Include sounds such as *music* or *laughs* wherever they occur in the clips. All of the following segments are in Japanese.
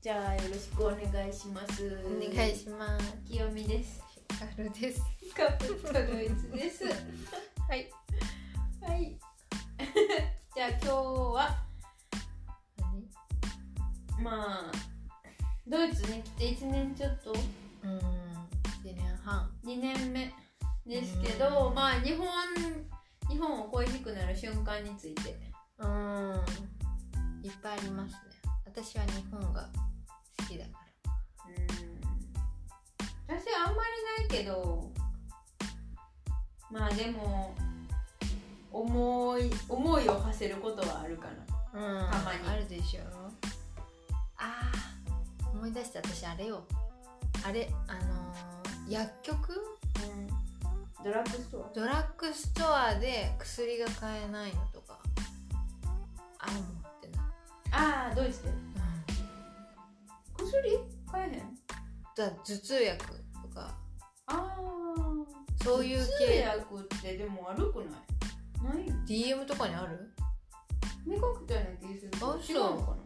じゃあよろしくお願いします。お願いします。きよみです。あるです。カップルのいつです。はい。はい。じゃあ今日はまあドイツに来て1年ちょっと何？うーん。一年半。 2年目ですけど、うんまあ日本日本を恋しくなる瞬間について。うーん。いっぱいありますね。私は日本が好きだか私はあんまりないけどまあでも思い思いを馳せることはあるかなら。うん。たまにあるでしょ。ああ。思い出した私あれよ。あれあのー薬局？ドラッグストドラッグストアで薬が買えないのとか。あるもんってな。アああドイツでうん。薬買えへんだ頭痛薬とかああそういう通系訳ってでも悪くないない DM とかにある見かけたような気するけどあ違うのかなね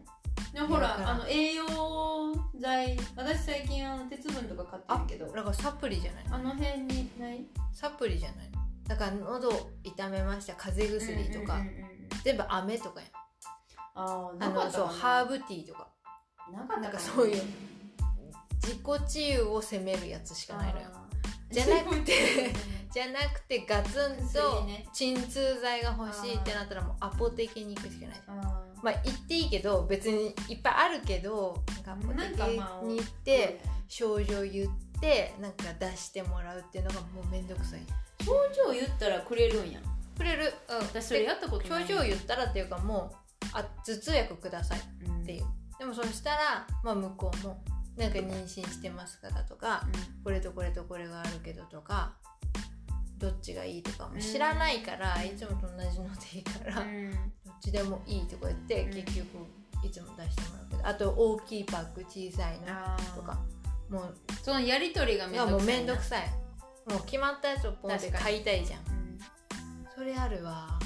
ほいやわかららあんの栄養剤私最近あの鉄分とか買ってるけどだからサプリじゃないあの辺にないサプリじゃないだから喉痛めました風邪薬とか、うんうんうんうん全部飴とかやんあああなかのったそうハーブブティーとかなかったなんかそういうう自己治癒を責めるやつしかないのよじじゃゃななくくててじゃなくてガツンと薬ね鎮痛剤が欲しいってなったらもうアポ的に行くしかないじゃん *laughs* まあ行っていいけど別にいっぱいあるけどなんかアポなんかまあ的に行って、症状言ってなんか出してもらうっていうのがもうめんどくさい症状言ったらくれるんやくれる、うん、私それやったことでない症状言ったらっていうかもうあ頭痛薬くださいっっていうでもそしたら、まあ、向こうもなんか妊娠してますからとかこれとこれとこれがあるけどとかどっちがいいとかも知らないから、いつもと同じのでいいから、どっちでもいいとか言って、うん結局いつも出してもらうけどあと大きいパック小さいのとかもうそのやりとりがいめやもうめんんどどくくささいもう決まったやつをポンって確かに買いたいじゃんいなうんそれあるわ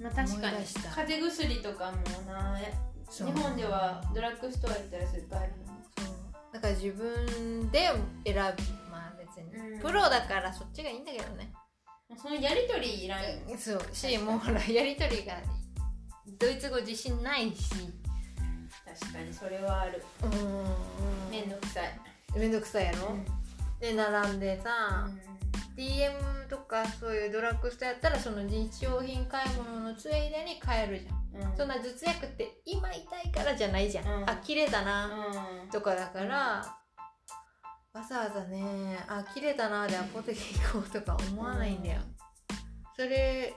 まあ確か思いに出した風邪薬とかもな日そう本ではドラッグストア行ったらそれいっぱいあるもんそうだから自分で選ぶまあ別に、うんプロだからそっちがいいんだけどね、もうそのやりとりいらんよそう確しかにもうほらやりとりがドイツ語自信ないし確かにそれはあるうーんめんどくさいめんどくさいやろ、うんで並んでさ、う DM とかそういうドラッグストアやったらその日用品買い物のついでに買えるじゃんんうんそんな頭痛薬って今痛いからじゃないじゃん、うんあ切れたな、うんとかだから、わざわざねあ切れたなでアポテキ行こうとか思わないんだよ、それ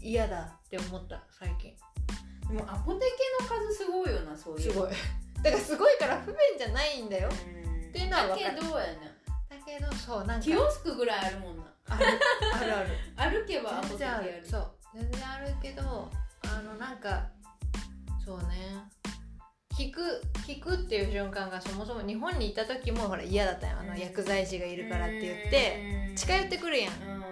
嫌だって思った最近でもアポテケの数すごいよなそういうすいごいだからすごいから不便じゃないんだよっていうのはだ分かけるどやなだけどそうなんかキオスクぐらいあるもんなあるあ *laughs* るある歩けばアポテケ全然ああるるそう全然あるけどあのなんかそうね聞く聞くっていう瞬間がそもそも日本にいた時もほら嫌だったよあのうん薬剤師がいるからって言って、近寄ってくるやんうん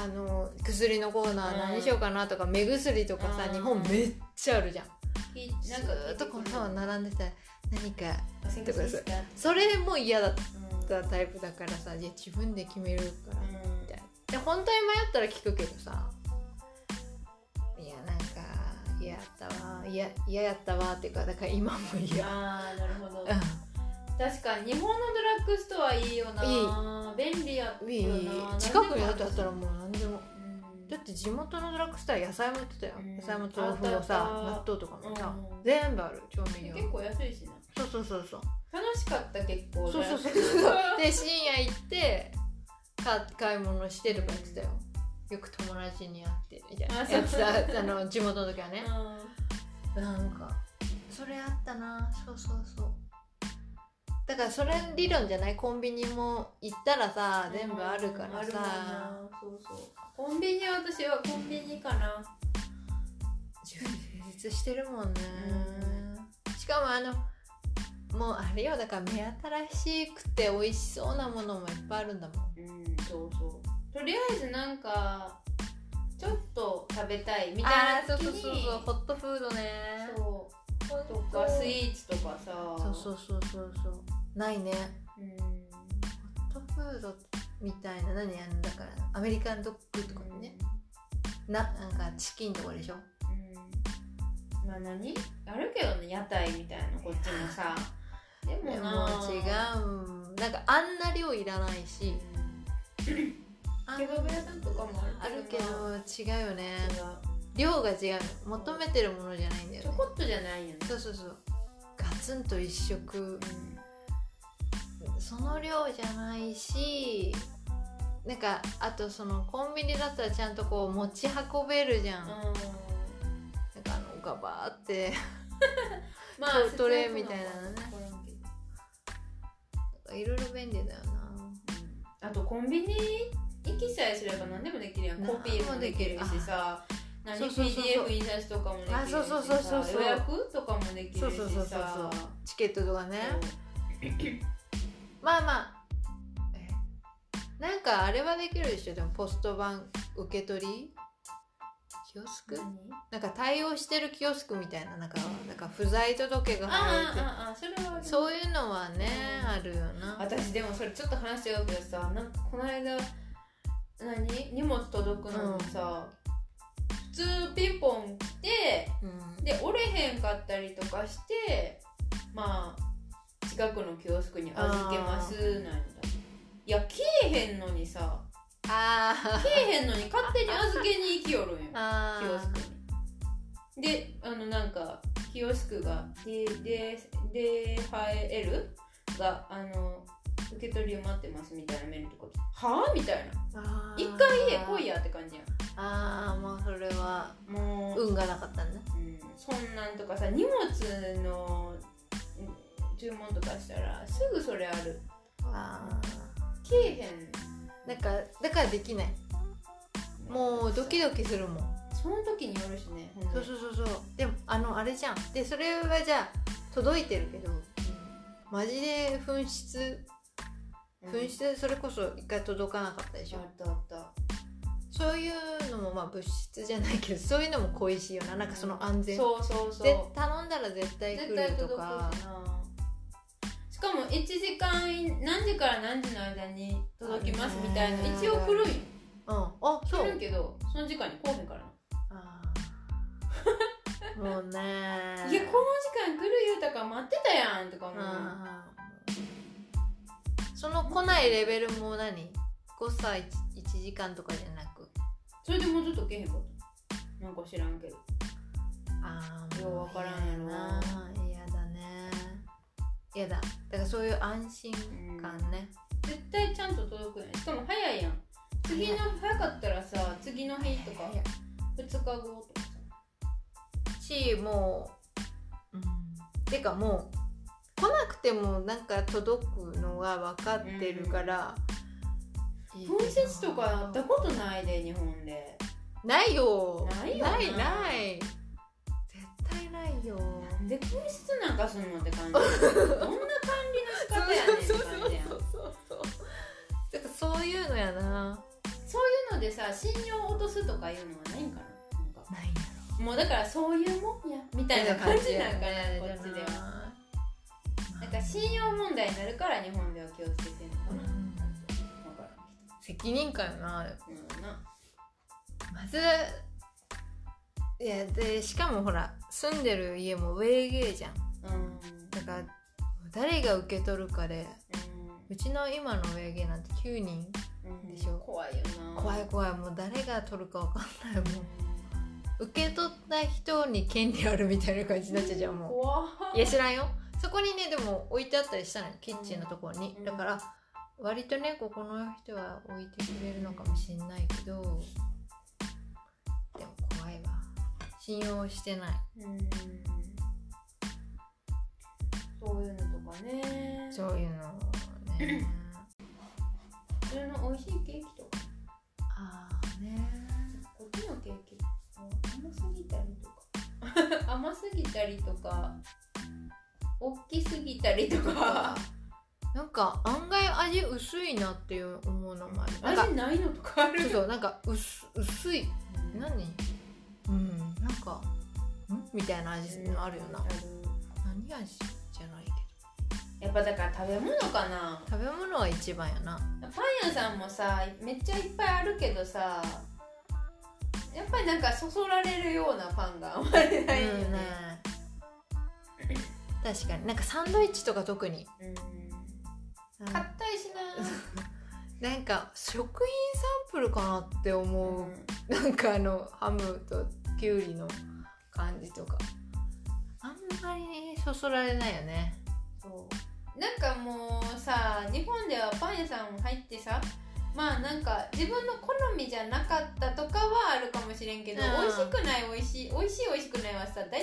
あの薬のコーナー何しようかなとか、目薬とかさ、うん日本めっちゃあるじゃんきずなんかーっとこうそう並んでたら何かお先生ですかそれも嫌だっうんたタイプだからさいや自分で決めるから、うんみたいなで本当に迷ったら聞くけどさいやなんか嫌やったわいや嫌やったわっていうかだから今も嫌あーなるほどう確かに日本のドラッグストアいいよない便利やんいいよな近くにだってあったらもう何でもうんだって地元のドラッグストア野菜も売ってたよ、うん野菜も豆腐もあさ納った豆とかもさ、うん全部ある調味料結構安いしなそうそうそうそう楽しかった結構そうそうそうそうで深夜行ってか買い物してとか言ってたよよく友達に会ってみたいなあそうやつさあの地元の時はねう、んなんかそれあったなそうそうそうだからそれ理論じゃないコンビニも行ったらさ全部あるからうんあさるもんなそうそうコンビニは私はコンビニかな充実してるもんね、しかもあのもうあれよだから目新しくて美味しそうなものもいっぱいあるんだもんうんそうそうとりあえずなんかちょっと食べたいみたいあなーそう時そうにそうそうホットフードねそうとかスイーツとかさそうそうそうそうそうないねうんホットフードみたいな何やんだからアメリカンドッグとかもね、ななんかチキンとかでしょうんまあ何あるけどね屋台みたいなこっちもさででももな違うなんかあんな量いらないしあんケバブ屋さんとかもああるるけけどど違うよね違量が違うの求めてるものじゃないんだうよちょねこっとじゃないよねそうそうそうガツンと一食その量じゃないしなんかあとそのコンビニだったらちゃんとこう持ち運べるじゃん、うなんかんあのガバーって *laughs* まトトレみたいなのね節約なのかな分からんけどいろいろ便利だよなあとコンビニ行きさえすれば何でもできるやんなコピーもできるしさ何そうそうそうそう PDF 印刷とかもできるあしそうそうそうそうさそう予約とかもできるしそうそうそうそうさそうチケットとかねまあまあえなんかあれはできるでしょでもポスト版受け取りキオスクそうなんか対応してるキオスクみたいななんかなんか不在届があ入あってるあああそれはあるそういうのはねうんあるよな私でもそれちょっと話違うけどさなんかこの間何荷物届くのにさ、普通ピンポン来てうんで折れへんかったりとかしてまあ近くのキオスクに預けますなんだいや来えへんのにさあー来えへんのに勝手に預けに行きよるんよあ *laughs* キオスクにであのなんかキオスクが「でででハエル」があの受け取りを待ってますみたいなメールとか来てはあみたいなあー一回家来いやって感じやんああまあそれはもう、運がなかったんだうんそんなんとかさ荷物のうん注文とかしたらすぐそれあるあ来えへんーなんかだからできないもうドキドキするもんその時によるしねほんそでうそうそうそうでもあのあれじゃんでそれはじゃあ届いてるけどマジで紛失うん紛失それこそ一回届かなかったでしょ、あったあったそういうのもまあ物質じゃないけどそういうのも恋しいよななんかその安全、そうそうそうで頼んだら絶対来絶る対届くとしなかしかも1時間い何時から何時の間に届きますみたいなあー一応来るんようんあそ来る *laughs* うけどその時間に来おへんからなあーもうねいやこの時間来る言うたから待ってたやんとか思うあーその来ないレベルも何誤差 1, 時間とかじゃなくそれでもうちょっと来へんかったなんか知らんけどああようわからんやろな嫌だね嫌だだからそういう安心感ね、絶対ちゃんと届くやんしかも早いやん次の早かったらさ次の日とかいや2日後とかさしもう、うん、てかもう来なくてもなんか届くのが分かってるから、いいけど紛失とかやったことないで日本でないよないよなないない絶対ないよなんで紛失なんかすんのって *laughs* 感じどんな管理の仕方やねんってそうそう感じやんそうそうそうだからそういうのやなそういうのでさ信用を落とすとかいうのはないんかななんかないんだろもうだからそういうもんやみたいな感じなんかなこっちではなんか信用問題になるから日本では気をつけてんのかな分からん責任感よなけどうんなまずいやでしかもほら住んでる家もウェーゲーじゃんうんだから誰が受け取るかでうちの今のウェーゲーなんて9人うんでしょ怖いよな怖い怖いもう誰が取るかわかんないもうう受け取った人に権利あるみたいな感じになっちゃうじゃんんもう怖いや知らんよそこにねでも置いてあったりしたのよキッチンのところに、うんだから割とねここの人は置いてくれるのかもしんないけどでも怖いわ信用してないうんそういうのとかねそういうの *laughs* ね普通の美味しいケーキとかああねこっちのケーキも甘すぎたりとか *laughs* 甘すぎたりとか大きすぎたりとかなんか案外味薄いなっていう思うのもあるなんか味ないのとかあるそうそうなんか薄薄いうん何うんなんかんみたいな味のあるよな、ある何味じゃないけどやっぱだから食べ物かな食べ物は一番やなパン屋さんもさめっちゃいっぱいあるけどさやっぱりなんかそそられるようなパンがあんまりないようんね、確かになんかサンドイッチとか特に、うんうん買ったりしななんか食品サンプルかなってい、思う、なんかあのハムときゅうりの感じとかあんまりそそられないよねそうなんかもうさ日本ではパン屋さんも入ってさまあなんか自分の好みじゃなかったとかはあるかもしれんけど、うん美味しくない美味しい美味しい美味しくないはさ大体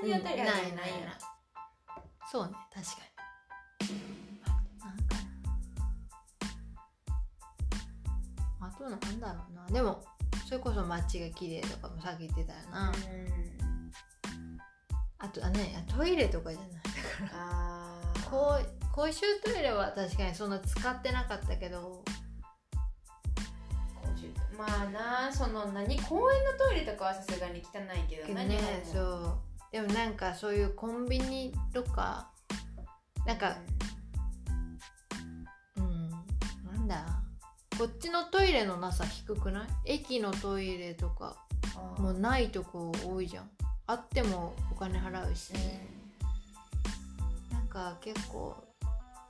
そんなに当たりう外んないれなないいやんないそうね確かになんかなあとなんだろうなでもそれこそ街が綺麗とかもさっき言ってたよな、うんあとあねトイレとかじゃないあー公公衆トイレは確かにそんな使ってなかったけど公衆まあなその何公園のトイレとかはさすがに汚いけどけど何ねもそうでもなんかそういうコンビニとかなんかうんなんだこっちのトイレのなさ低くない駅のトイレとかあーもうないとこ多いじゃんあってもお金払うし、うんなんか結構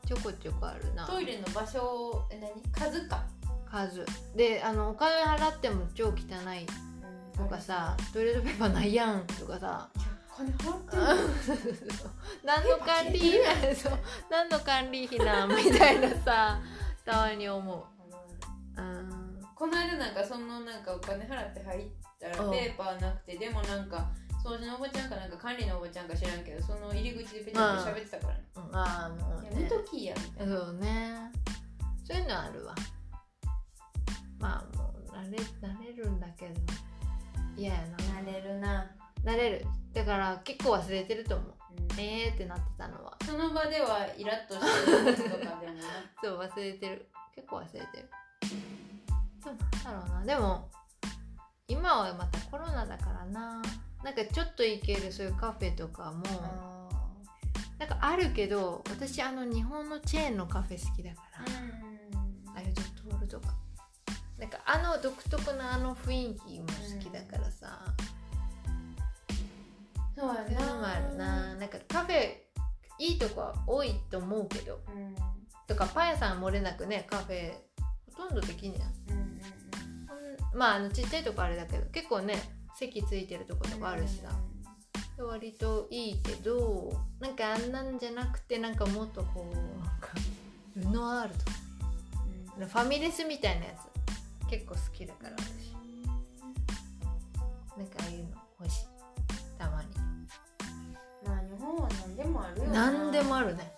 ちょこちょこあるなトイレの場所をえ何数か、数であのお金払っても超汚いとかさトイレットペーパーないやんと *laughs* かさいや金払ってる何の管理費なそう何の管理費なんみたいなさたまに思ううんこの間なんかそのなんかお金払って入ったらうんペーパーなくてでもなんか掃除のおばちゃんかなんか管理のおばちゃんか知らんけどその入り口でペチャペチャ喋ってたからね、ああもうやめねときやみたいな、そうねそういうのあるわまあもう慣れ慣れるんだけど嫌や慣れるな、な慣れるだから結構忘れてると思ううんえーってなってたのはその場ではイラッとしてることとかでもなそう忘れてる結構忘れてるでもなんだろうなでも今はまたコロナだからななんかちょっと行ける *laughs* そういうカフェとかもあなんかあるけど私あの日本のチェーンのカフェ好きだから、ああいうドトールとかなんかあの独特なあの雰囲気も好きだからさ、そうやそういうのもなあるななんかカフェいいとこは多いと思うけどうんうんとかパン屋さんは漏れなくねカフェほとんどできんじゃんうんうんまああのちっちゃいとこあれだけど結構ね席ついてるとこうとんかあるしな、割といいけどなんかあんなんじゃなくてなんかもっとこうなんかルノアールとかうんファミレスみたいなやつ結構好きだからなんかああいうの欲しいたまにまあ日本は何でもあるよな何でもあるね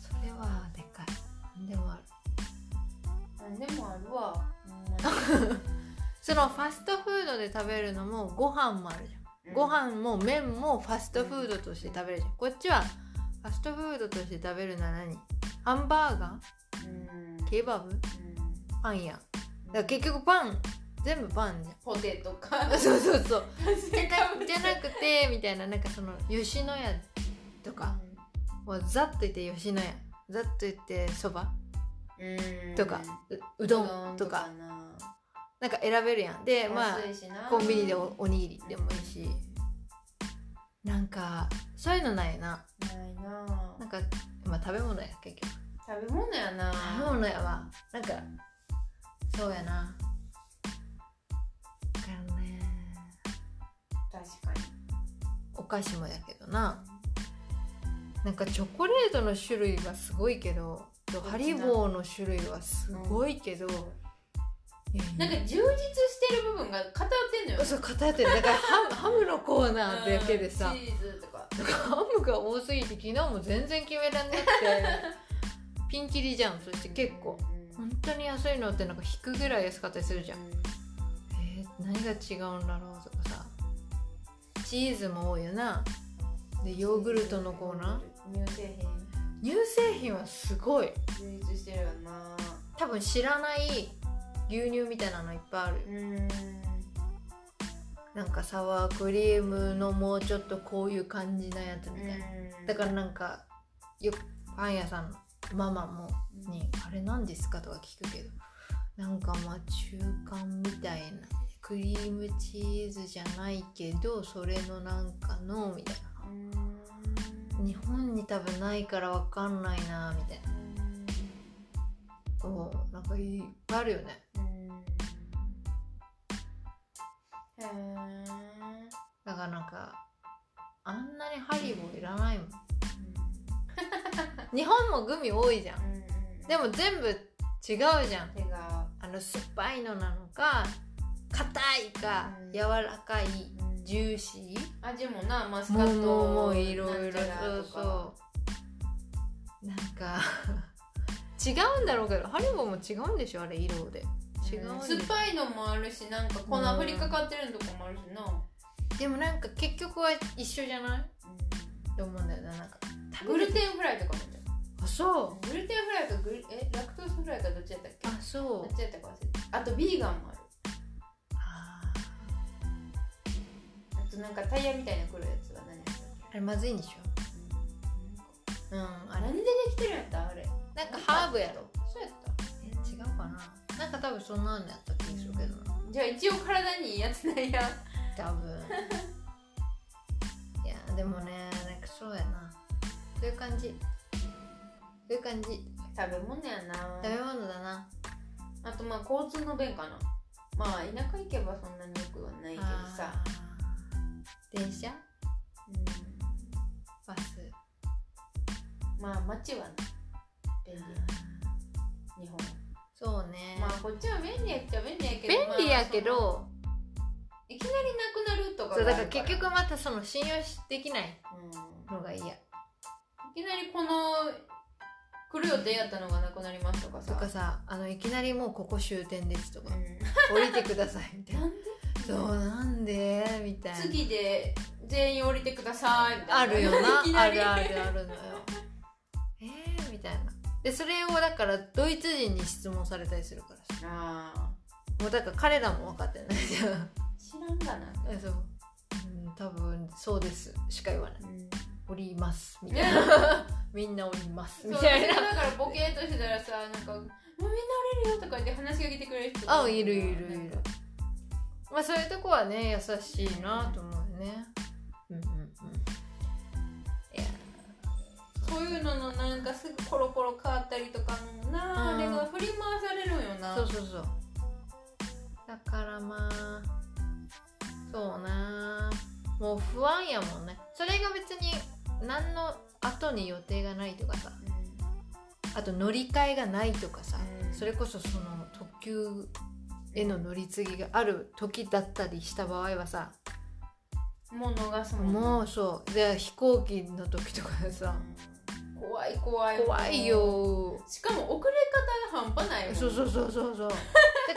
それはでかい何でもある何でもあるわ、そのファストフードで食べるのもご飯もあるじゃうんんご飯も麺もファストフードとして食べるじゃんこっちはファストフードとして食べるなら何ハンバーガうんーケバブうパンやんんだから結局パン全部パンじゃん *laughs* ポテトかそうそうそうじゃなじゃいなくてみたいななんかその吉野家とかもうざっと言って吉野家ざっと言ってそばうんとかううどんとかなんか選べるやんでまあ安いしなコンビニでおおにぎりでもいいしなんかそういうのないなないななんか、まあ、食べ物や結局食べ物やな食べ物やわなんかそうやなだからね確かにお菓子もやけどななんかチョコレートの種類はすごいけどとハリボーの種類はすごいけど、いやいやなんか充実してる部分が偏ってんのよそう偏ってるだからハムハムのコーナーだけでさうんチーズとかハムが多すぎて昨日も全然決められなくてピンキリじゃんそして結構うん本当に安いのってなんか引くぐらい安かったりするじゃんうえー何が違うんだろうとかさチーズも多いよなでんヨーグルトのコーナ乳製品ー乳製品はすごい充実してるよな多分知らない牛乳みたいなのいっぱいあるうん、なんかサワークリームのもうちょっとこういう感じなやつみたいな、だかららなんかよくパン屋さんのママもに「あれ何ですか?」とか聞くけどなんかまあ中間みたいなクリームチーズじゃないけどそれのなんかのみたいなうん日本に多分ないからわかんないなみたいなおうなんかいっぱいあるよねうんへーだからなんかあんなにハリボーいらないもん日本もグミ多いじゃんでも全部違うじゃん手が、あの酸っぱいのなのか硬いかうん柔らかいジューシ味もなマスーカットもういろないろんちゃらそうとかそうなんか違うんだろうけどハリボーも違うんでしょあれ色で違うんんでし酸ょっぱいのもあるしなんか粉うんふりかかってるのとかもあるしな、でもなんか結局は一緒じゃないって思うんだよななんかグルテンフライとかもじゃんあそうグルテンフライかグルえラクトースフライかどっちやったっけあそどうっちやったか忘れたあとビーガンもあるああーとなんかタイヤみたいな黒いやつは何やったっあれまずいんでしょけうんああれ何でできてるんやったあれなんかハーブやろそうやったえ違うかななんか多分そんなんやった気がするけどなじゃあ一応体にいいやつなんや多分いやでもねなんかそうやなそういう感じそういう感じ食べ物やな食べ物だなあとまあ交通の便かなまあ田舎行けばそんなによくはないけどさ、あー電車うんバスまあ街はね便利日本そうね、まあこっちは便利やっちゃ便利やけど便利やけまあど、そのいきなりなくなるとかそうがあだからる結局またその信用しできないうん、のが嫌いきなりこの来る予定やったのがなくなりますとかさとかさあのいきなりもうここ終点ですとうか *laughs* ん、降りてくださいみたいななんでそうなんでみたいな次で全員降りてくださいみたあいなるよいきななありるあるあるのよえー、みたいなでそれをだからドイツ人に質問されたりするからさああもうだから彼らも分かってないじゃ *laughs* ん知らんがなえそう、うん、多分そうですしか言わないおりますみた *laughs* いなみんなおりますそうみだた *laughs* いなからボケーっとしてたらさなんか「もうみんな降りるよ」とか言って話しかけてくれる人とかあいるいるいるまあそういうとこはね優しいなと思うよねうんうんうんいやそういうののなんかすぐコロコロ変わったりとかのなあうんれが振り回されるんよなそうそうそうだからまあそうなもう不安やもんねそれが別に何の後に予定がないとかさあと乗り換えがないとかさ、うんそれこそその特急への乗り継ぎがある時だったりした場合はさ、もう逃すもんもうそうで飛行機の時とかでさ、怖い怖い怖いよしかも遅れ方が半端ないもんそうそうそうそうそう *laughs* だか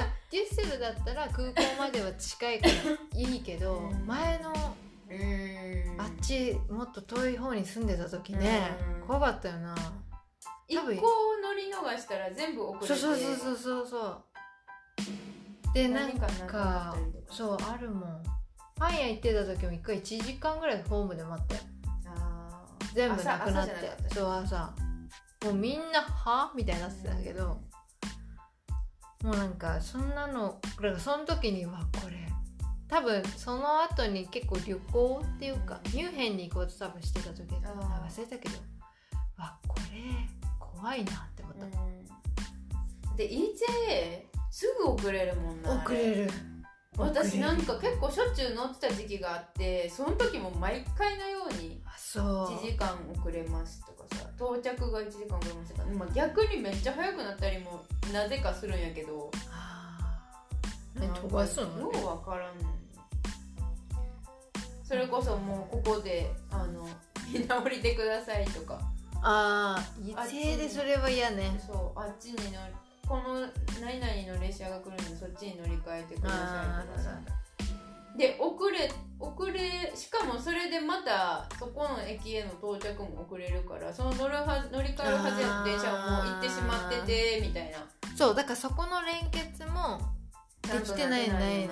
らデュッセルだったら空港までは近いからいいけど、うん前のうーんあっちもっと遠い方に住んでた時ね、うん怖かったよな一多分個乗り逃したら全部遅れてそうそうそうそうそうそうでな何んかかなくなったりとかそうあるもんパン屋行ってた時も一回1時間ぐらいホームで待ったよあー全部なくなって朝朝じゃなかったそう朝もうみんな「は?」みたいになってたんだけど、もうなんかそんなのだからその時にはこれ多分その後に結構旅行っていうかミュンヘンに行こうと多分してた時だったああー忘れたけどわこれ怖いなって思った、うんで EJ すぐ遅れるもんなあ遅れる私なん遅れるか結構しょっちゅう乗ってた時期があってその時も毎回のようにあそう1時間遅れますとかさ到着が1時間遅れますとか、まあ、逆にめっちゃ早くなったりもなぜかするんやけどあー何飛ばすのようわからんそれこそもうここであの *laughs* みんな降りてくださいとかあああっ異ち性でそれは嫌ねそうあっちに乗りこの何々の列車が来るのでそっちに乗り換えてくださいとかさで遅れ遅れしかもそれでまたそこの駅への到着も遅れるからその乗るは乗り換えるはずやった電車はもう行ってしまっててみたいなそうだからそこの連結もできてないちゃんとなないね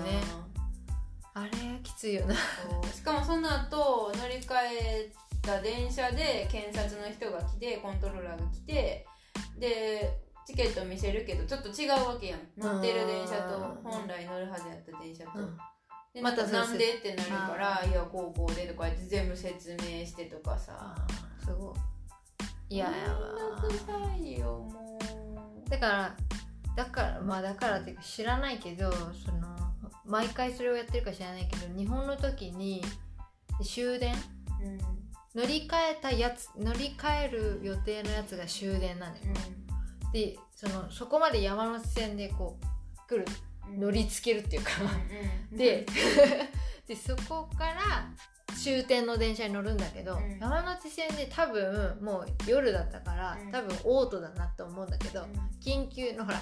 あれきついよなそうしかもその後乗り換えた電車で検察の人が来てコントローラーが来てでチケット見せるけどちょっと違うわけやん乗ってる電車とあー本来乗るはずやった電車と。うんでまたなんかそなうんでですってなるからいやこうこうでとかやって全部説明してとかさすごい嫌やめんどわくさいよもだからだからまあだからっていうか知らないけどその毎回それをやってるか知らないけど日本の時に終電ううん乗り換えたやつ乗り換える予定のやつが終電なのよ、でそのそこまで山手線でこう来るうん乗りつけるっていうかうんうんで *laughs* でそこから終点の電車に乗るんだけど、うん山手線で多分もう夜だったから、うん多分オートだなと思うんだけうど、ん緊急のほら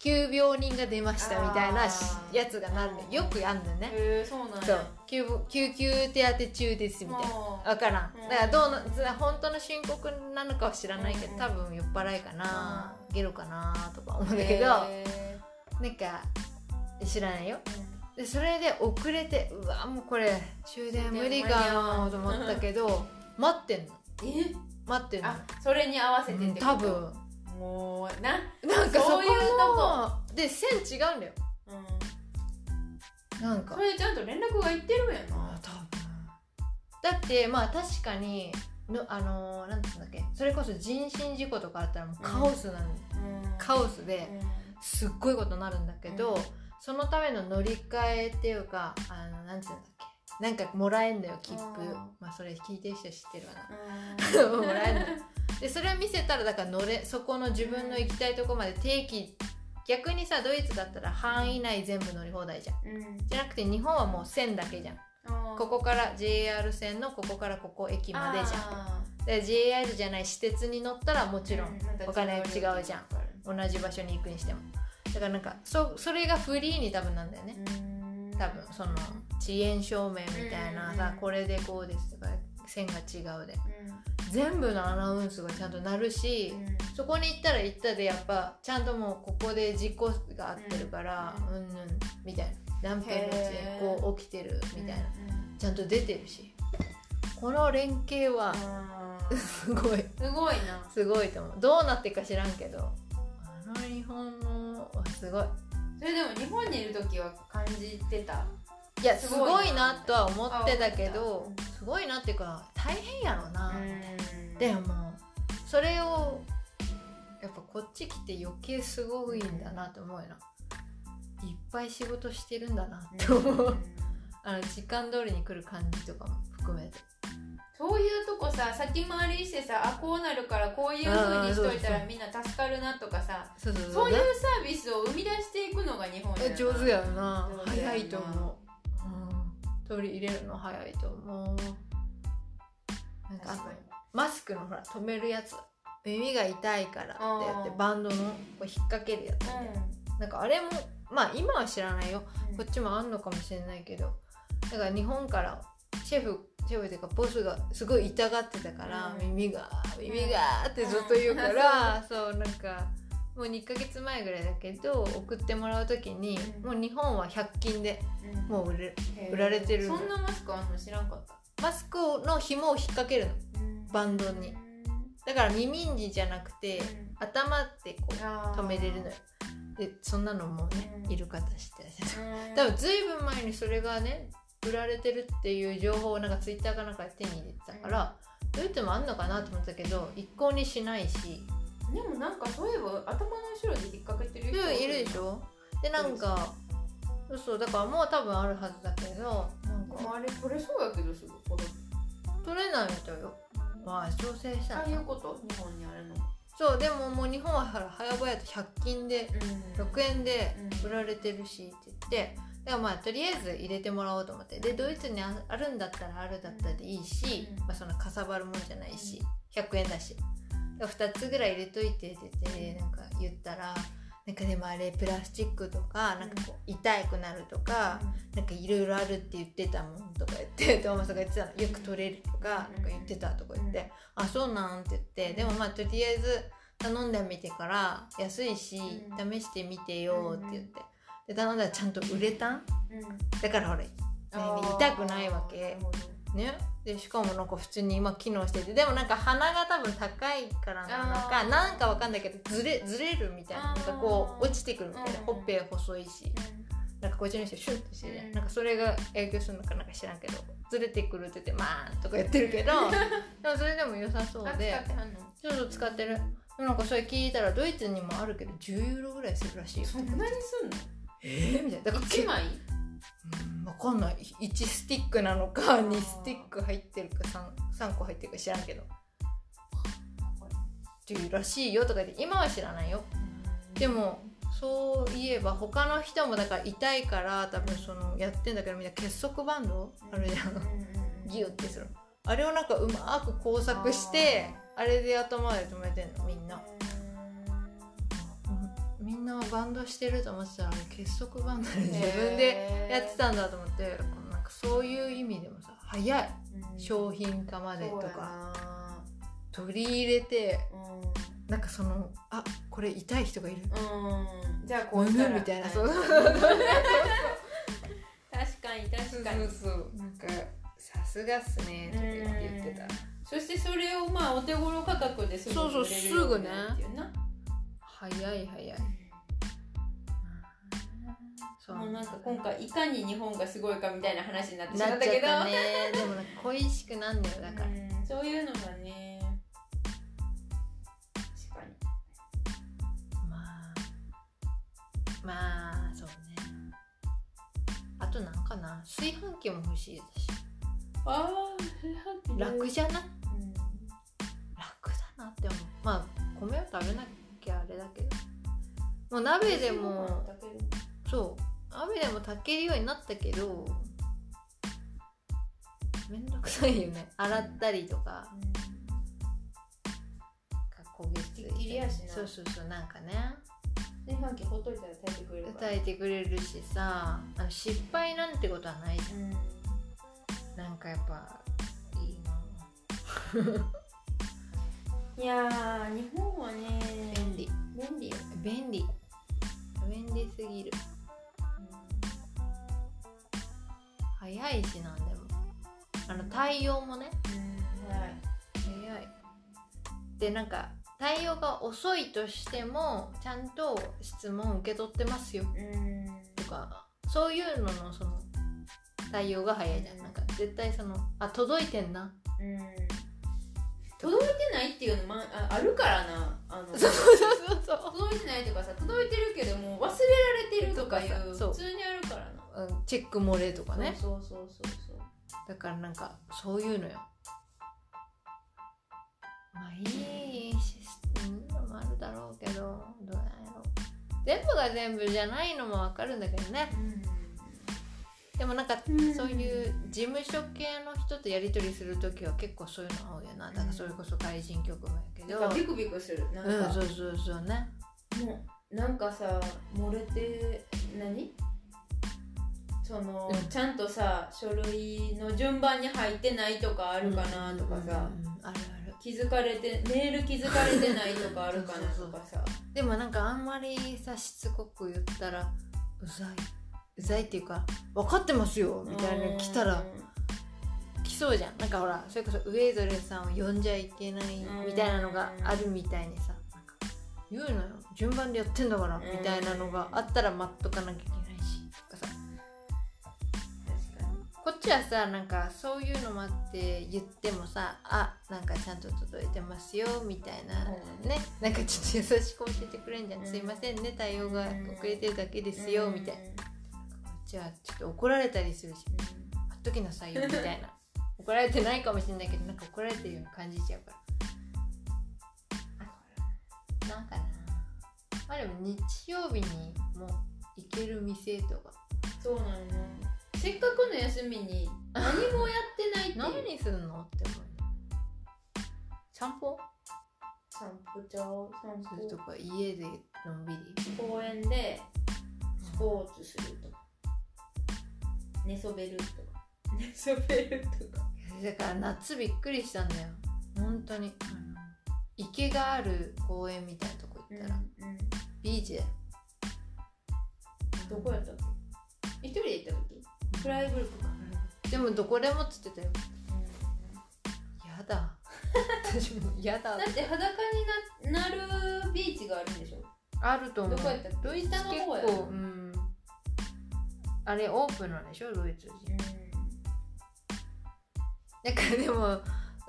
急病人が出ましたみたいなあーしやつがなるのよくやんのよね、へえそうなんやそう救護救急手当て中ですみたいなもう分からんうんだからどうのそれは本当の申告なのかは知らないけど、うん多分酔っ払いかな、うんゲロかなとか思うんだけど、へなんか知らないよえでそれで遅れてうわもうこれ終電無理かなと思ったけど待ってんのえ待ってんのあそれに合わせてうっんてこと多分もうななんかそこそういうもで線違うんだようんなんかそれちゃんと連絡がいってるんやあな多分だってまあ確かにのあのーなんて言うんだっけそれこそ人身事故とかあったらもうカオスなの、うんカオスうでんすっごいことになるんだけど、うんそのための乗り換えっていうかあのなんて言うんだっけなんかもらえんだよ切符あまあそれ聞いてる人知ってるわなうん *laughs* もらえないでそれを見せたらだから乗れそこの自分の行きたいとこまで定期逆にさドイツだったら範囲内全部乗り放題じゃんうんじゃなくて日本はもう線だけじゃんあーここから JR 線のここからここ駅までじゃんあで JR じゃない私鉄に乗ったらもーちろんうお金違うじゃん同じ場所に行くにしてもだからなんかそそれがフリーに多分なんだよねうん多分その遅延証明みたいうなんうんさうんこれでこうですとか線が違うでう全部のアナウンスがちゃんと鳴るしんうんそこに行ったら行ったでやっぱちゃんともうここで実行が合ってるから、ううん、うんみたいな何分のうちへーこう起きてるみたいな、うんちゃんと出てるしこの連携はあーすごい *laughs* すごいなすごいと思うどうなってるか知らんけどあの日本のはすごいそれでも日本にいる時は感じてたいやすすごいなごいなとは思ってたけあど思ってたすごいなっていうか大変やろな、うんでもそれをやっぱこっち来て余計すごいんだなと思うよないっぱい仕事してるんだなって思う、うん *laughs* あの時間通りに来る感じとかも含めてそういうとこさ先回りしてさあこうなるからこういう風にしといたあーそうそらうみんな助かるなとかさそうそうそういうサービスを生み出していくのが日本だよえな上手やよな上手やよな早いと思う、うん、取り入れるの早いと思うなんかあ確のかにマスクのほら止めるやつ耳が痛いからってやってあーバンドのこう引っ掛けるやつみたいななんかあれもまあ今は知らないようんこっちもあんのかもしれないけどだから日本からシェフシェフっていうかボスがすごい痛がってたから、うん耳が耳がってずっと言うから、そうなんかもう2ヶ月前ぐらいだけど送ってもらう時に、うんもう日本は100均でうんもう売れへー売られてるそんなマスクあんの知らんかったマスクの紐を引っ掛けるのバンドにだから耳にじゃなくて頭ってこう止止めれるのよでそんなのもね、うんいる方知ってらっしゃる多分ずいぶん前にそれがね売られてるっていう情報をなんかツイッターかなんかで手に入れてたから、どうやってもあんのかなと思ったけど一向にしないしでもなんかそういえば頭の後ろで引っ掛けてるい人るいるでしょでなんかそうそうだからもう多分あるはずだけどなでんもかあれ取れそうやけどすぐこれ取れないみたいよまあ調整したあのあいうこと日本にあるのそうでももう日本はほら早々と100均で6円でうん売られてるしって言ってだからまあとりあえず入れてもらおうと思ってでドイツにああるんだったらあるだったでいいし、うんまあ、そのかさばるもんじゃないし、100円だしだから2つぐらい入れといてって言って、うんなんか言ったらなんかでもあれプラスチックとかなんかこう痛くなるとか、なんかいろいろあるって言ってたもんとか言ってトーマスが言ってたのよく取れるとかうんなんか言ってたとか言って、うんあそうなんって言ってでもまあとりあえず頼んでみてから安いし、うん試してみてよって言ってで頼んだらちゃんとウレタンうんだからほらあー痛くないわけなるほどね、でしかもなんか普通に今機能しててでもなんか鼻が多分高いからなのあかーなんかわかんないけどずれずれるみたいななあんーかこう落ちてくるみたいなうんほっぺ細いしなんかこっちの人シュンとしてる、うんなんかそれが影響するのかなんか知らんけどずれてくるって言って「まあ」とか言ってるけどでもそれでも良さそうあ使ってではんのちょっと使ってるでもなんかそれ聞いたらドイツにもあるけど10ユーロぐらいするらしいよそんなにすんのえー、みたいなだから一枚うんわかんない1スティックなのか2スティック入ってるか 3, 3個入ってるか知らんけどっていうらしいよとか言って今は知らないよでもそういえば他の人もだから痛いから多分そのやってんだけどみんな結束バンドあるじゃうんんうんうんギュッてするあれをなんかうまく工作してあれで頭まで止めてんのみんな、うんみんなバンドしてると思ってたら結束バンドで自分ででやってたんだと思ってなんかそういう意味でもさ早い商品化ままでとか取り入れてなんかそのあこれ痛い人がいるうんじゃあここううしいたうらみたいなそう確そうかに確かにそうなんかさすがっすねとか言ってたそしてそれをまあお手頃価格ですぐそうそう売れるよになるっていうな早い早いそうもうなんか今回いかに日本がすごいかみたいな話になってしまなっったちゃけっどたねでもなんか恋しくなんだよだからうんそういうのがね確かにまあまあそうねあとなんかな炊飯器も欲しいだしああ楽じゃないうん楽だなって思うまあ米を食べなきゃあれだけどもう鍋でもそう鍋でも炊けるようになったけどめんどくさいよね洗ったりとか焦げつひいっきりやしなそうそうそうなんかね炊飯器ほっといたら炊いてくれるから炊いてくれるしさあの失敗なんてことはないじうんゃんなんかやっぱいいないやー日本はね便利便利よ、便利便利すぎる早いしなんでもあの対応もねうんはい早いでなんか対応が遅いとしてもちゃんと質問受け取ってますようんとかそういうののその対応が早いじゃんなんか絶対そのあ届いてんなうん届いてないっていうの、まあ、あるからなあのそうそうそうそう届いてないとかさ届いてるけどもう忘れられてるとかいとかうさそう普通にあるからなうんチェック漏れとかねそうそうそうそうそうだからなんかそういうのよまあいいシステムのもあるだろうけどどうなんやろ全部が全部じゃないのもわかるんだけどねでもなんかうんそういう事務所系の人とやり取りする時は結構そういうの多いよなだからそれこそ外人局もやけなどんかビクビクするなんか、うんそうそうそうねもうなんかさ漏れて何その、うんちゃんとさ書類の順番に入ってないとかあるかなとかさ、うんうんうんあるある気づかれてメール気づかれてないとかあるかなとかさでもなんかあんまりさしつこく言ったらうざいうざいっていうか分かってますよみたいなの来たら来そうじゃんなんかほらそれこそウェイドレスさんを呼んじゃいけないみたいなのがあるみたいにさなんか言うのよ順番でやってんだからうんみたいなのがあったら待っとかなきゃいけないしとかさ確かにこっちはさなんかそういうのもあって言ってもさあなんかちゃんと届いてますよみたいなうんねなんかちょっと優しく教えてくれんじゃん、うんすいませんね対応が遅れてるだけですよ、みたいなこっちはちょっと怒られたりするしな待っときなさいよみたいな怒られてないかもしれないけどなんか怒られてるように感じちゃうからなんかなまあでも日曜日にも行ける店とかそうなのせっかくの休みに何もやってないっていう *laughs* 何するのって思う散歩散歩ちゃう散すると歩か家でのんびり公園でスポーツするとか寝そべるとか寝そべるとかだから夏びっくりしたんだよ本当にあの池がある公園みたいなとこ行ったら、ビーチだよどこやったっけ一人で行った時フライブルクかフでもどこでもっつってたよやだ私もやだ *laughs* だって裸にななるビーチがあるんでしょあると思うどこやったっけドイツ北の結方や構うんあれオープンなんでしょドイツ人だからでも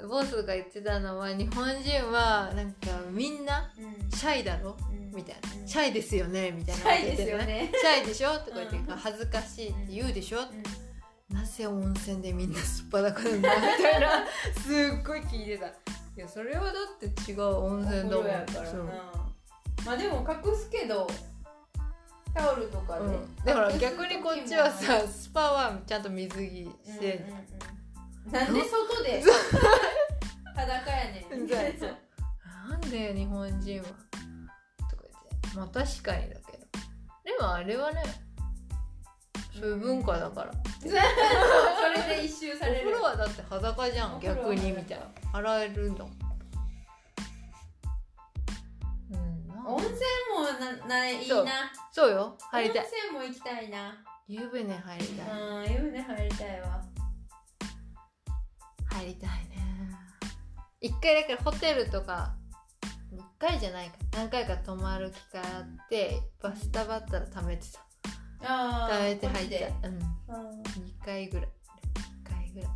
ボスが言ってたのは日本人はなんかみんなうん、シャイだろうんみたいうんなシャイですよねみたいなシャイですよねシャイでしょとか言って、うん恥ずかしいって言うでしょ、うんなぜ温泉でみんなすっぱだかなんだみたいなすっごい聞いてたいやそれはだって違う温お風泉だもん呂やからそうなまあでも隠すけどタオルとかで、うんだから逆にこっちはさスパはちゃんと水着うんしうんて、うんなんで外で *laughs* 裸やねんみたいな *laughs* そうなんで日本人はとか言ってまあ確かにだけどでもあれはねそういう文化だからそれで一周さおれる風呂はだって裸じゃおん風呂は逆にみたいな洗えるんだもんうんな温泉もなないいなそうそうよ入りた温い泉も行きたいな湯船入りたいうん湯船入りたいわ入りたいね一回だからホテルとか一回じゃないか何回か泊まる機会あってバスタバったら貯めてたああ貯めて入っでたうん二回ぐらい一回ぐらい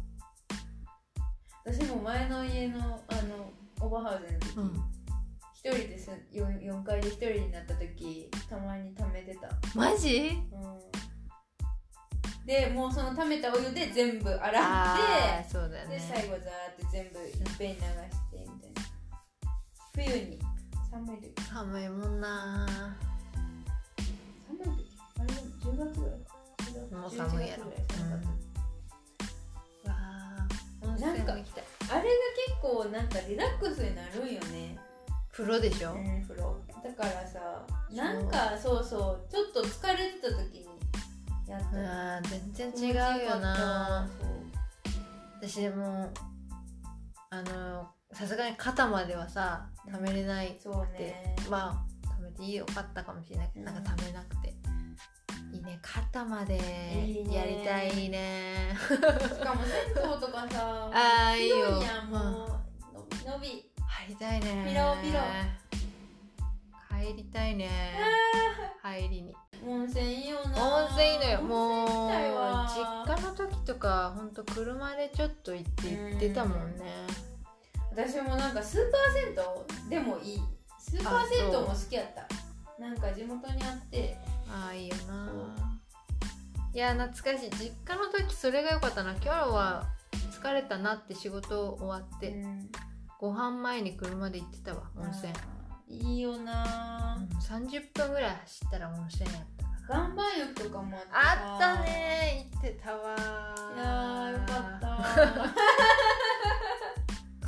私も前の家のあのオーバーハウスの時、うん一人です 4, 4階で一人になった時たまに貯めてた、マジうん、でもうその貯めたお湯で全部洗あっーそうだよて、ねで最後ザーって全部いっぺんに流してみたいな冬に寒い時寒いもんな寒い時あれでも10月ぐらいか10月もう寒い11月ぐらい寒やろかったわあ温泉も行きたいあれが結構なんかリラックスになるんよね、風呂でしょうん、風呂だからさなんかそうそうちょっと疲れてた時にやったらうん全然違うよな私でもあのさすがに肩まではさ貯めれないそうそうねは貯めていいよかったかもしれないけど、なんか貯めなくていいね肩までいいねやりたいしねかも銭湯とかさあーいいよ広いやんもうのびのび入りたいねピロピロ帰りたいね入りに温泉いいよな温泉いいのよもう温泉行きたいわ実家の時とかほんと車でちょっと行って行ってたもんね私もなんかスーパー銭湯でもいいスーパー銭湯も好きやったなんか地元にあってああいいよないや懐かしい実家の時それが良かったな今日は疲れたなって仕事終わって、うんご飯前に車で行ってたわ温泉、あーいいよなうん、30分ぐらい走ったら温泉やった岩盤浴とかもあってあさったね行ってたわいやーよかった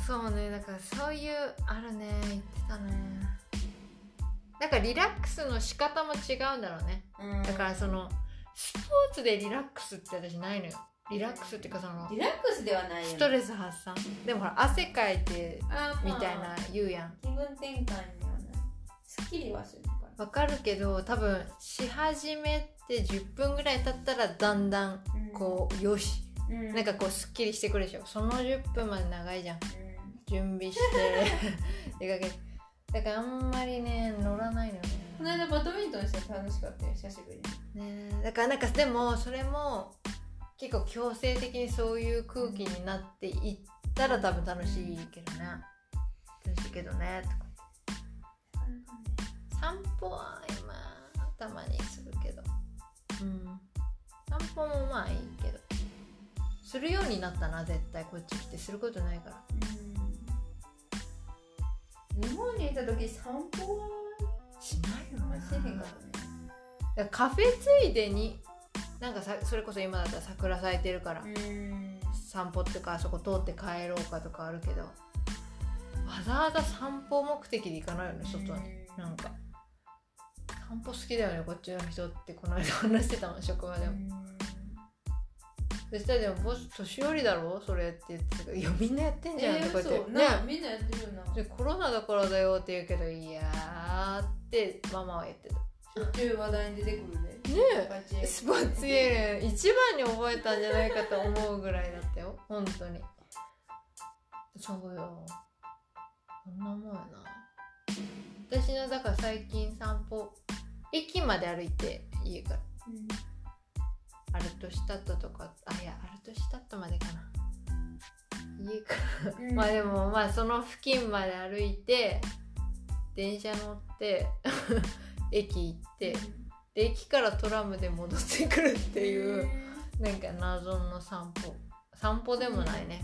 *laughs* たそうねだからそういうあるね行ってたねなんかリラックスの仕方も違うんだろうねうんだからそのスポーツでリラックスって私ないのよリラックスっていうかそのリラックスではないよねストレス発散でもほら汗かいてあーまあみたいな言うやん気分転換にはなるすっきりはするからわかるけど多分し始めて10分ぐらい経ったらだんだんこうよしうん、うんなんかこうすっきりしてくるでしょその10分まで長いじゃうんん準備して出かけて *laughs* だからあんまりね乗らないのよこの間バドミントンして楽しかったよ久しぶりにねねだからなんかでもそれも結構強制的にそういう空気になっていったら多分楽しいけどね楽しいけどねとかなかなかね散歩は今たまにするけどうん散歩もまあいいけどするようになったな絶対こっち来てすることないからうん日本にいた時散歩はしないよあんまねりせえへんかったねカフェついでになんかさそれこそ今だったら桜咲いてるから、うん散歩っていうかあそこ通って帰ろうかとかあるけどわざわざ散歩目的で行かないよね外に、うんなんか散歩好きだよねこっちの人ってこの間話してたもん職場でも、そしたらでもボス年寄りだろそれって言ってたからいやみんなやってんじゃん」えとー、か言っ嘘て、なねみんなやってるよなでコロナだからだよって言うけどいやーってママは言ってたしょっちゅう話題に出てくるでねバチえスパツイエレン一番に覚えたんじゃないかと思うぐらいだったよ本当にそうよそんなもんやな私のだから最近散歩駅まで歩いて家からうんアルトシタットとかあいやアルトシタットまでかな家からうんまあでもまあその付近まで歩いて電車乗って *laughs* 駅行ってで駅からトラムで戻ってくるっていうなんか謎の散歩散歩でもないね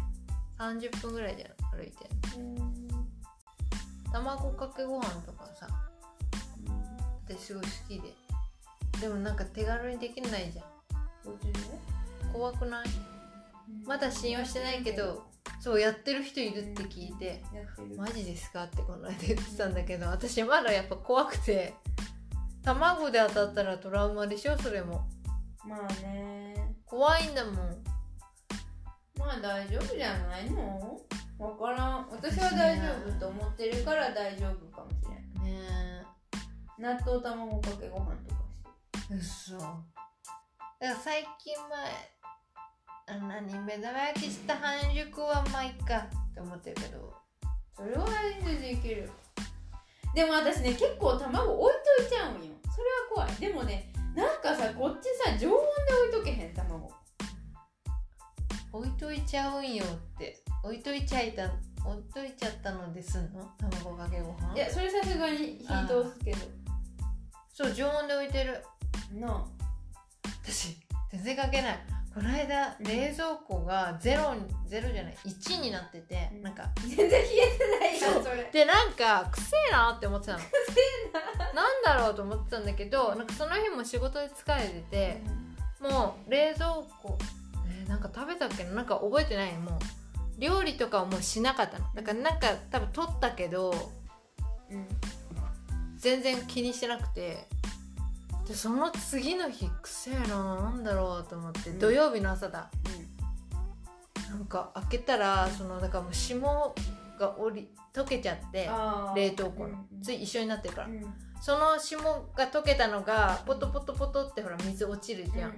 30分ぐらいじゃん歩いてうん卵かけご飯とかさ私すごい好きででもなんか手軽にできないじゃん怖くないまだ信用してないけどそうやってる人いるって聞いてやってるマジですかってこの間言ってたんだけど私まだやっぱ怖くて卵で当たったらトラウマでしょそれもまあね怖いんだもんまあ大丈夫じゃないのわからん私は大丈夫と思ってるから大丈夫かもしれないね納豆卵かけご飯とかしてえうそだから最近前あ何目玉焼きした半熟はまあいっかって思ってるけどそれは全然いけるでも私ね結構卵置いといちゃうんよそれは怖いでもねなんかさこっちさ常温で置いとけへん卵置いといちゃうんよって置いといちゃいた置いといちゃったのですんの卵かけご飯いやそれさすがに火通すけどそう常温で置いてるな私全然かけないこの間うん冷蔵庫がゼロにゼロじゃない1になってて、うんなんかあ全然冷えてないそようそれでなんかくせえなって思ってたのくなんだろうと思ってたんだけどなんかその日も仕事で疲れてて、もう冷蔵庫えーなんか食べたっけななんか覚えてないもう料理とかはもうしなかったのだからなんか多分取ったけどうん全然気にしてなくてでその次の日くせえななんだろうと思って、うん土曜日の朝だなんか開けたらそのだからもう霜が降り溶けちゃってあー冷凍庫の、うんつい一緒になってるから、うんうんその霜が溶けたのがポトポトポトってほら水落ちるじゃん、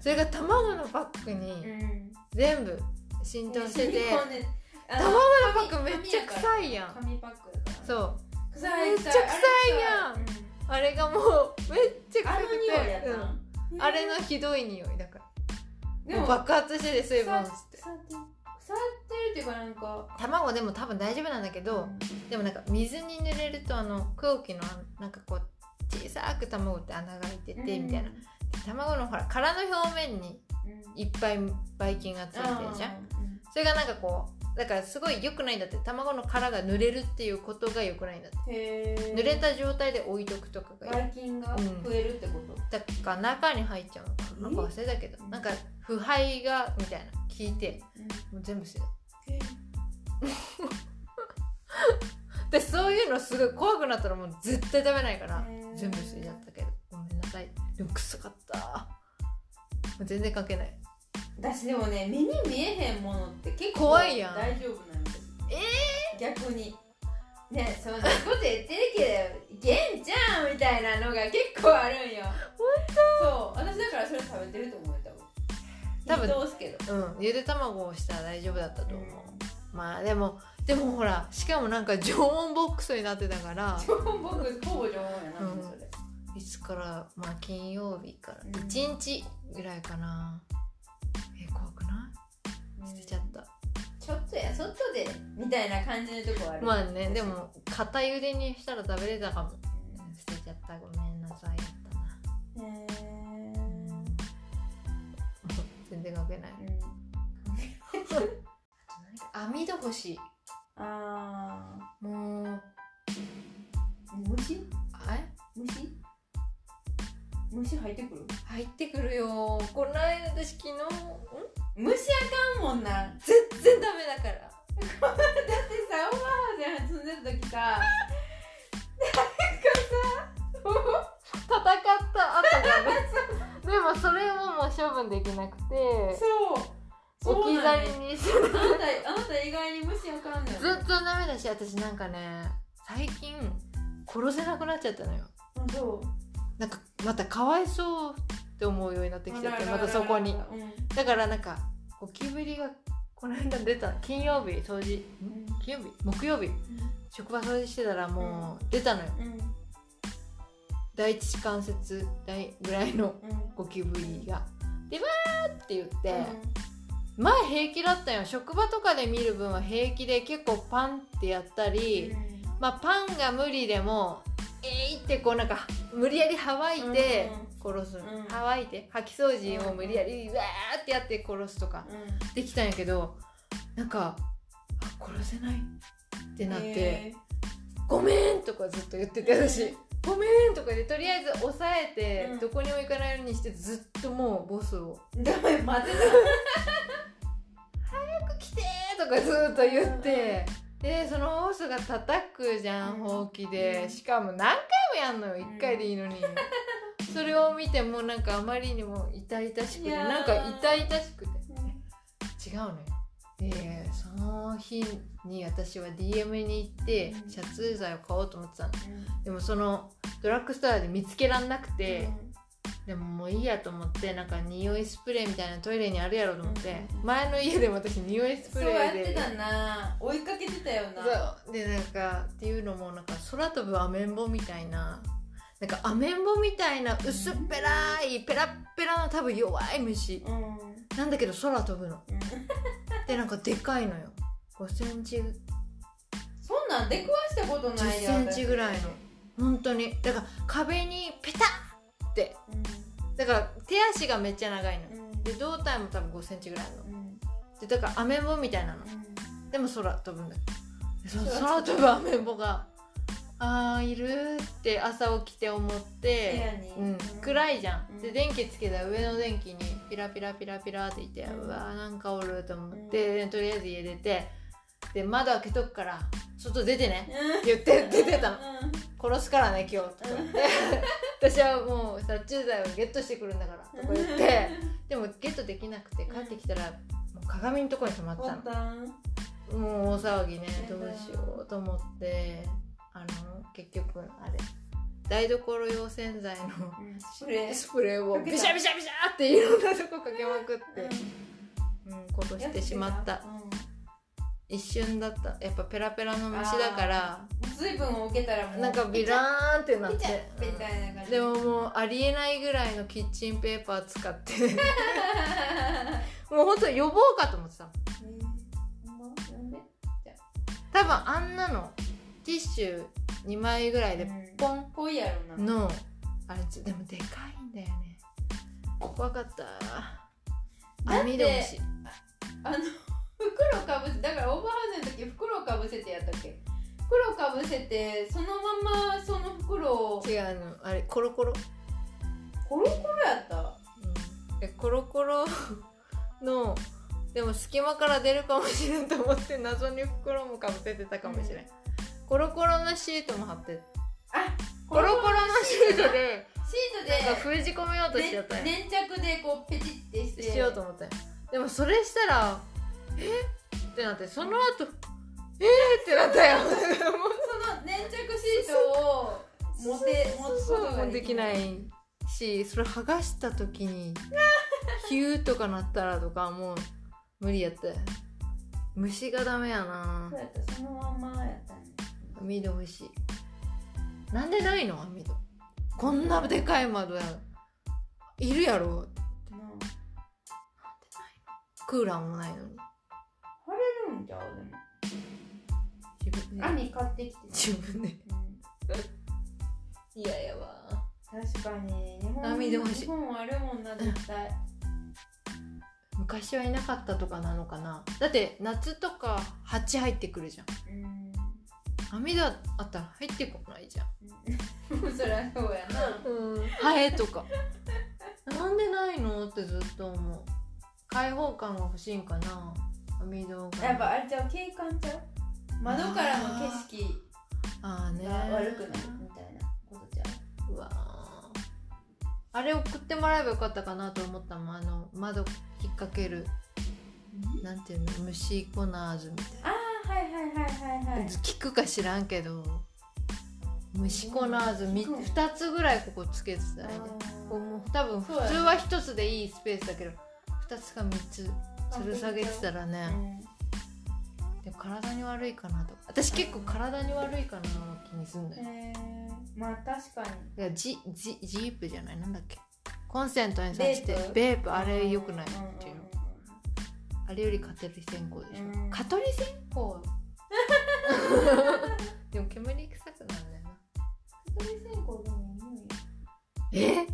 それが卵のパックうんうにんうん全部浸透してて、染み込んであ卵ののパックめっちゃ臭いやん紙パックだからそう臭いめっちゃ臭いやんあれ臭いあれがもうめっちうんあゃ臭のく、匂いやってたうんの、あれのひどい匂いだかでらももう爆発してて水分腐っ落ちて腐ってる腐ってるっていうかなんか卵でも多分大丈夫なんだけど、でもなんか水に濡れるとあの空気のなんかこう小さく卵って穴が開いてうてんみたいな、卵のほら殻の表面にうんいっぱいばい菌がついてるじゃんそれがなんかこうだからすごい良くないんだって卵の殻が濡れるっていうことが良くないんだってあーへえ濡れた状態で置いとくとかがばい菌が増えるってこと、だから中に入っちゃうのかななんか忘れたけどえなんか腐敗がみたいな聞いてうんもう全部捨てたでそういうのすごい怖くなったらもう絶対食べないからへー全部捨てちゃったけどごめんなさいでも臭かったもう全然かけない私でもね目に見えへんものって結構怖いやん大丈夫なんですえ逆にねそんなこと言ってるけどゲンちゃんみたいなのが結構あるんよ本当そう私だからそれ食べてると思うよ多多分分多分通すけどうんゆで卵をしたら大丈夫だったと思う、まあでもでもほらしかもなんか常温ボックスになってたから常温ボックスほぼ常温やな、うんそれいつからまあ金曜日からうん1日ぐらいかなえ怖くない捨てちゃったちょっとや外でみたいな感じのとこあるまあねでも片茹でにしたら食べれたかも捨てちゃったごめんなさいだったなへえ全然関係ない。うん網戸欲しい。あもう、ー虫え虫虫入ってくる入ってくるよ。こないだ私昨日、ん虫あかんもんな全然ダメだから。だってさおばあちゃん住んでた時さ戦った後が *laughs* でもそれももう処分できなくて、そう置き去りににすある。なたあなた意外に虫あかんのよずっとダメだし、私なんかね、最近殺せなくなっちゃったのよ。あそうなんかまたかわいそうって思うようになってきちゃってまたそこにうんだからなんかゴキブリがこの間出た金曜日掃除うんん金曜日木曜日職場掃除してたらもう出たのようん第一四関節第ぐらいのうんゴキブリが。でわーって言っうて、ん前平気だったよ職場とかで見る分は平気で結構パンってやったり、まあパンが無理でもえいってこうなんか無理やりはばいて殺す、うんはばいて吐き掃除を無理やりわーってやって殺すとかうんできたんやけどなんかあ殺せないってなって。へごめんとかずっと言ってて私ごめんとかでとりあえず抑えて、うんどこにも行かないようにしてずっともうボスをーダメ待て「来て!」とかずっと言って、でそのボスが叩くじゃんうんほうきで、うんしかも何回もやんのよん1回でいいのに、それを見てもうなんかあまりにも痛々しくいてやーなんか痛々しくてたうん違うのよでその日に私は DM に行ってうん遮痛剤を買おうと思ってたのでもそのドラッグストアで見つけらんなくて、でももういいやと思ってなんか匂いスプレーみたいなのトイレにあるやろと思って、うん前の家でも私匂いスそプうレやーってでたな追いかけてたよなそうでなんかっていうのもなんか空飛ぶアメンボみたいななんかアメンボみたいな薄っぺらいペラッペラの多分弱い虫うんうんなんだけど空飛ぶのでなんかでかいのよ5センチそんなん出くわしたこと10ないよセンチぐらいの私本当にだから壁にペタッってだから手足がめっちゃ長いのうんで胴体も多分5センチぐらいあるのうんうんでだからアメンボみたいなのうでも空飛ぶんだでその空空飛ぶアメンボがあーいるって朝起きて思っん部屋て、にうん、い暗いじゃん、うんで電気つけたら上の電気にピラピラピラピラっていて、ううんわーなんかおると思って、とりあえず家出てで窓開けとくから外出てねって言って出てたのうん殺すからね今日とか言って *laughs* 私はもう殺虫剤をゲットしてくるんだからとか言ってでもゲットできなくて帰ってきたらもう鏡のところに止まってボたの。タンもう大騒ぎねやどだうしようと思ってあの結局あれ台所用洗剤のスプレースプレーをかけたビシャビシャビシャっていろんなとこかけまくって、うんう殺んしてしまった一瞬だったやっぱペラペラの虫だからうん水分を受けたらもうなんかビラーンってなっピチてャみたいな感うんじでももうありえないぐらいのキッチンペーパー使って *laughs* もうほんと呼ぼうかと思ってたもん多分あんなのティッシュ2枚ぐらいでポンぽいやろなのあれつでもでかいんだよね怖かっただって網戸虫あの袋かぶせだからオーバーハウスの時袋をかぶせてやったっけ袋をかぶせてそのままその袋を違うあのあれコロコロ、コロコロやったうんで、コロコロ *laughs* のでも隙間から出るかもしれんと思って謎に袋もかぶせてたかもしれん、うんコロコロのシートも貼 *laughs* ってあコロコロのシートでシーなんかト封じ込めようとしちゃったでよね粘着でこうペチってしてしようと思ったよでもそれしたらえってなってその後えー、ってなったよ *laughs* もうその粘着シートを持て持つことができないいしそれ剥がした時 *laughs* にヒューとかなったらとかもう無理やって虫がダメやなそうやったそのまんまやったね網戸欲しいなんでないの網戸こんなでかい窓やいるやろなクーラーもないのに貼れるんちゃうでも自分で網買ってきて、 *laughs* 自分でうんいややわ確かに日本網で欲しい日本はあるもんな絶対昔はいなかったとかなのかなだって夏とか蜂入ってくるじゃうんん網戸あったら入ってこないじゃんうん *laughs* そりゃそうやなハエとかなんでないのってずっと思う開放感が欲しいんかな網戸がやっぱあれちゃう景観ちゃう窓からの景あ色ーねが悪くなるみたいなことちゃうわーあれ送ってもらえばよかったかなと思ったもんあの窓引っ掛けるう、なんていうの虫コナーズみたいああはいはいはいはいはな、い聞くか知らんけど虫粉のあずみうん2つぐらいここつけてたらいいんじゃないこうもう多分普通は1つでいいスペースだけど2つか3つ吊る下げてたらね、でも体に悪いかなとか私結構体に悪いかなの気にすんだよ、えー、まあ確かにいやジジジープじゃないなんだっけコンセントに挿してベープベープあれ良くないっていううんのうんうんあれよりカトリ線香でしうょんカトリ線香 *laughs* でも煙臭くなるんだよなえ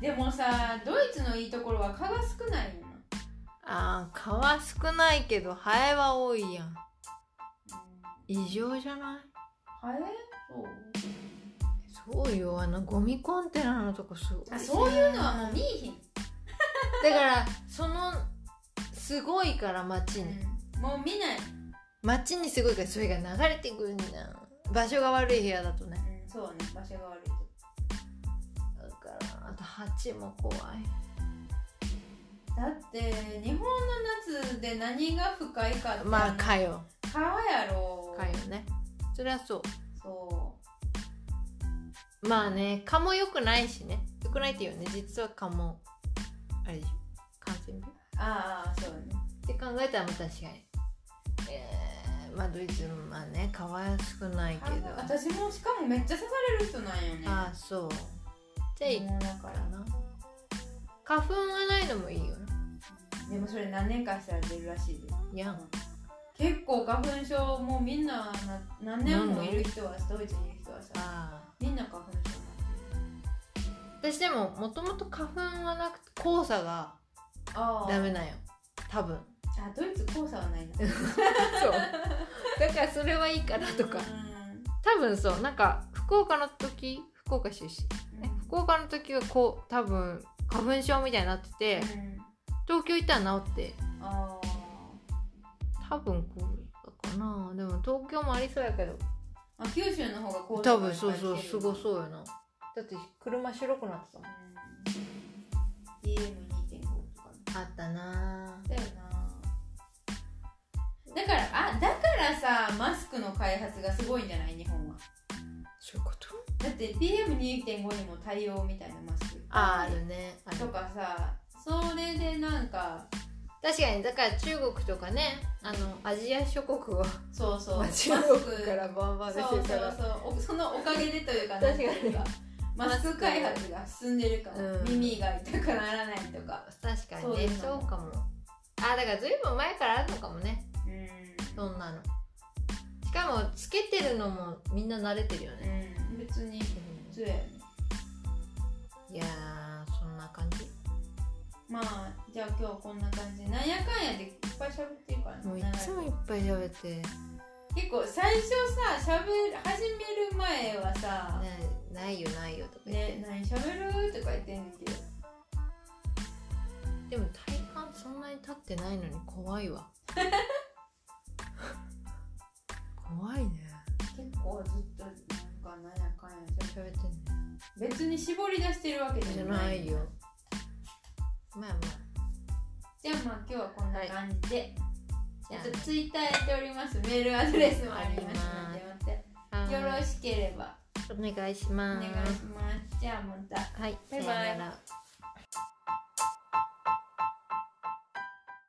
でもさドイツのいいところは蚊が少ないよなあー蚊は少ないけどハエは多いやん異常じゃないハエそうそうよあのゴミコンテナのとこすごいあそういうのはもう見いひん、だからそのすごいから街にもう見ない、街にすごいからそれが流れてくるんじゃん場所が悪い部屋だとねうん、そうね場所が悪いとだからあと蜂も怖いだって日本の夏で何が不快かってまあかよ蚊やろかよねそれはそそうまあね蚊も良くないしね良くないっていうよね実は蚊もあれでしょ感染病うああそうねって考えたらまあ確かにえー、まあドイツもまあね蚊は少ないけどあ私もしかもめっちゃ刺される人なんよねああそうじゃあいいもうだかかららな花粉がないのもいいよなでもそれ何年かしたら出るらしいですいや結構花粉症もうみんなな何年もいる人はドイツにいる人はさあみんな花粉症になってる私でももともと花粉はなくて黄砂がああダメなんよ多分あドイツ黄砂はないなそうだからそれはいいかな *laughs* とか多分そうなんか福岡の時福岡出身ね福岡の時はこう多分花粉症みたいになってて東京行ったら治ってあ多分こうかなでも東京もありそうやけどあーあ九州の方が黄多がいっ分ぱいそう来てるそうすごそうよなだって車白くなってたもんうん PM2.5 とかねあったなだよなだからあだからさマスクの開発がすごいんじゃない日本はそういうことだって PM2.5 にも対応みたいなマスクあーあるねあるとかさそれでなんか確かにだから中国とかねあのアジア諸国はそうそうまマあス中ク国からバンバン出そうそてたうらそうおそのおかげでというか確かになんていうマスク開発が進んでるから、うん耳が痛くならないとか確かそにうでねすそよねうかもあーだからずいぶん前からあるのかもねうん、そんなのしかもつけてるのもみんな慣れてるよね、うん、別に普通やねいやーそんな感じまあじゃあ今日こんな感じなんやかんやでいっぱい喋ってるからねもういつもいっぱい喋って、ね、結構最初さ喋る始める前はさないよないよとか「言って、ね何喋る?」とか言ってんねんけどでも体感そんなに立ってないのに怖いわ *laughs* 怖いね結構ずっとなんかなんやかんや喋喋ってんね別に絞り出してるわけじじゃゃなないいよまあまあじゃあまあ今日はこんな感じで、じゃえっとツイッターやっておりますメールアドレスもありますのでまあたよろししければくお願いしおま願いすしますじゃあまたはいバイバイさよなら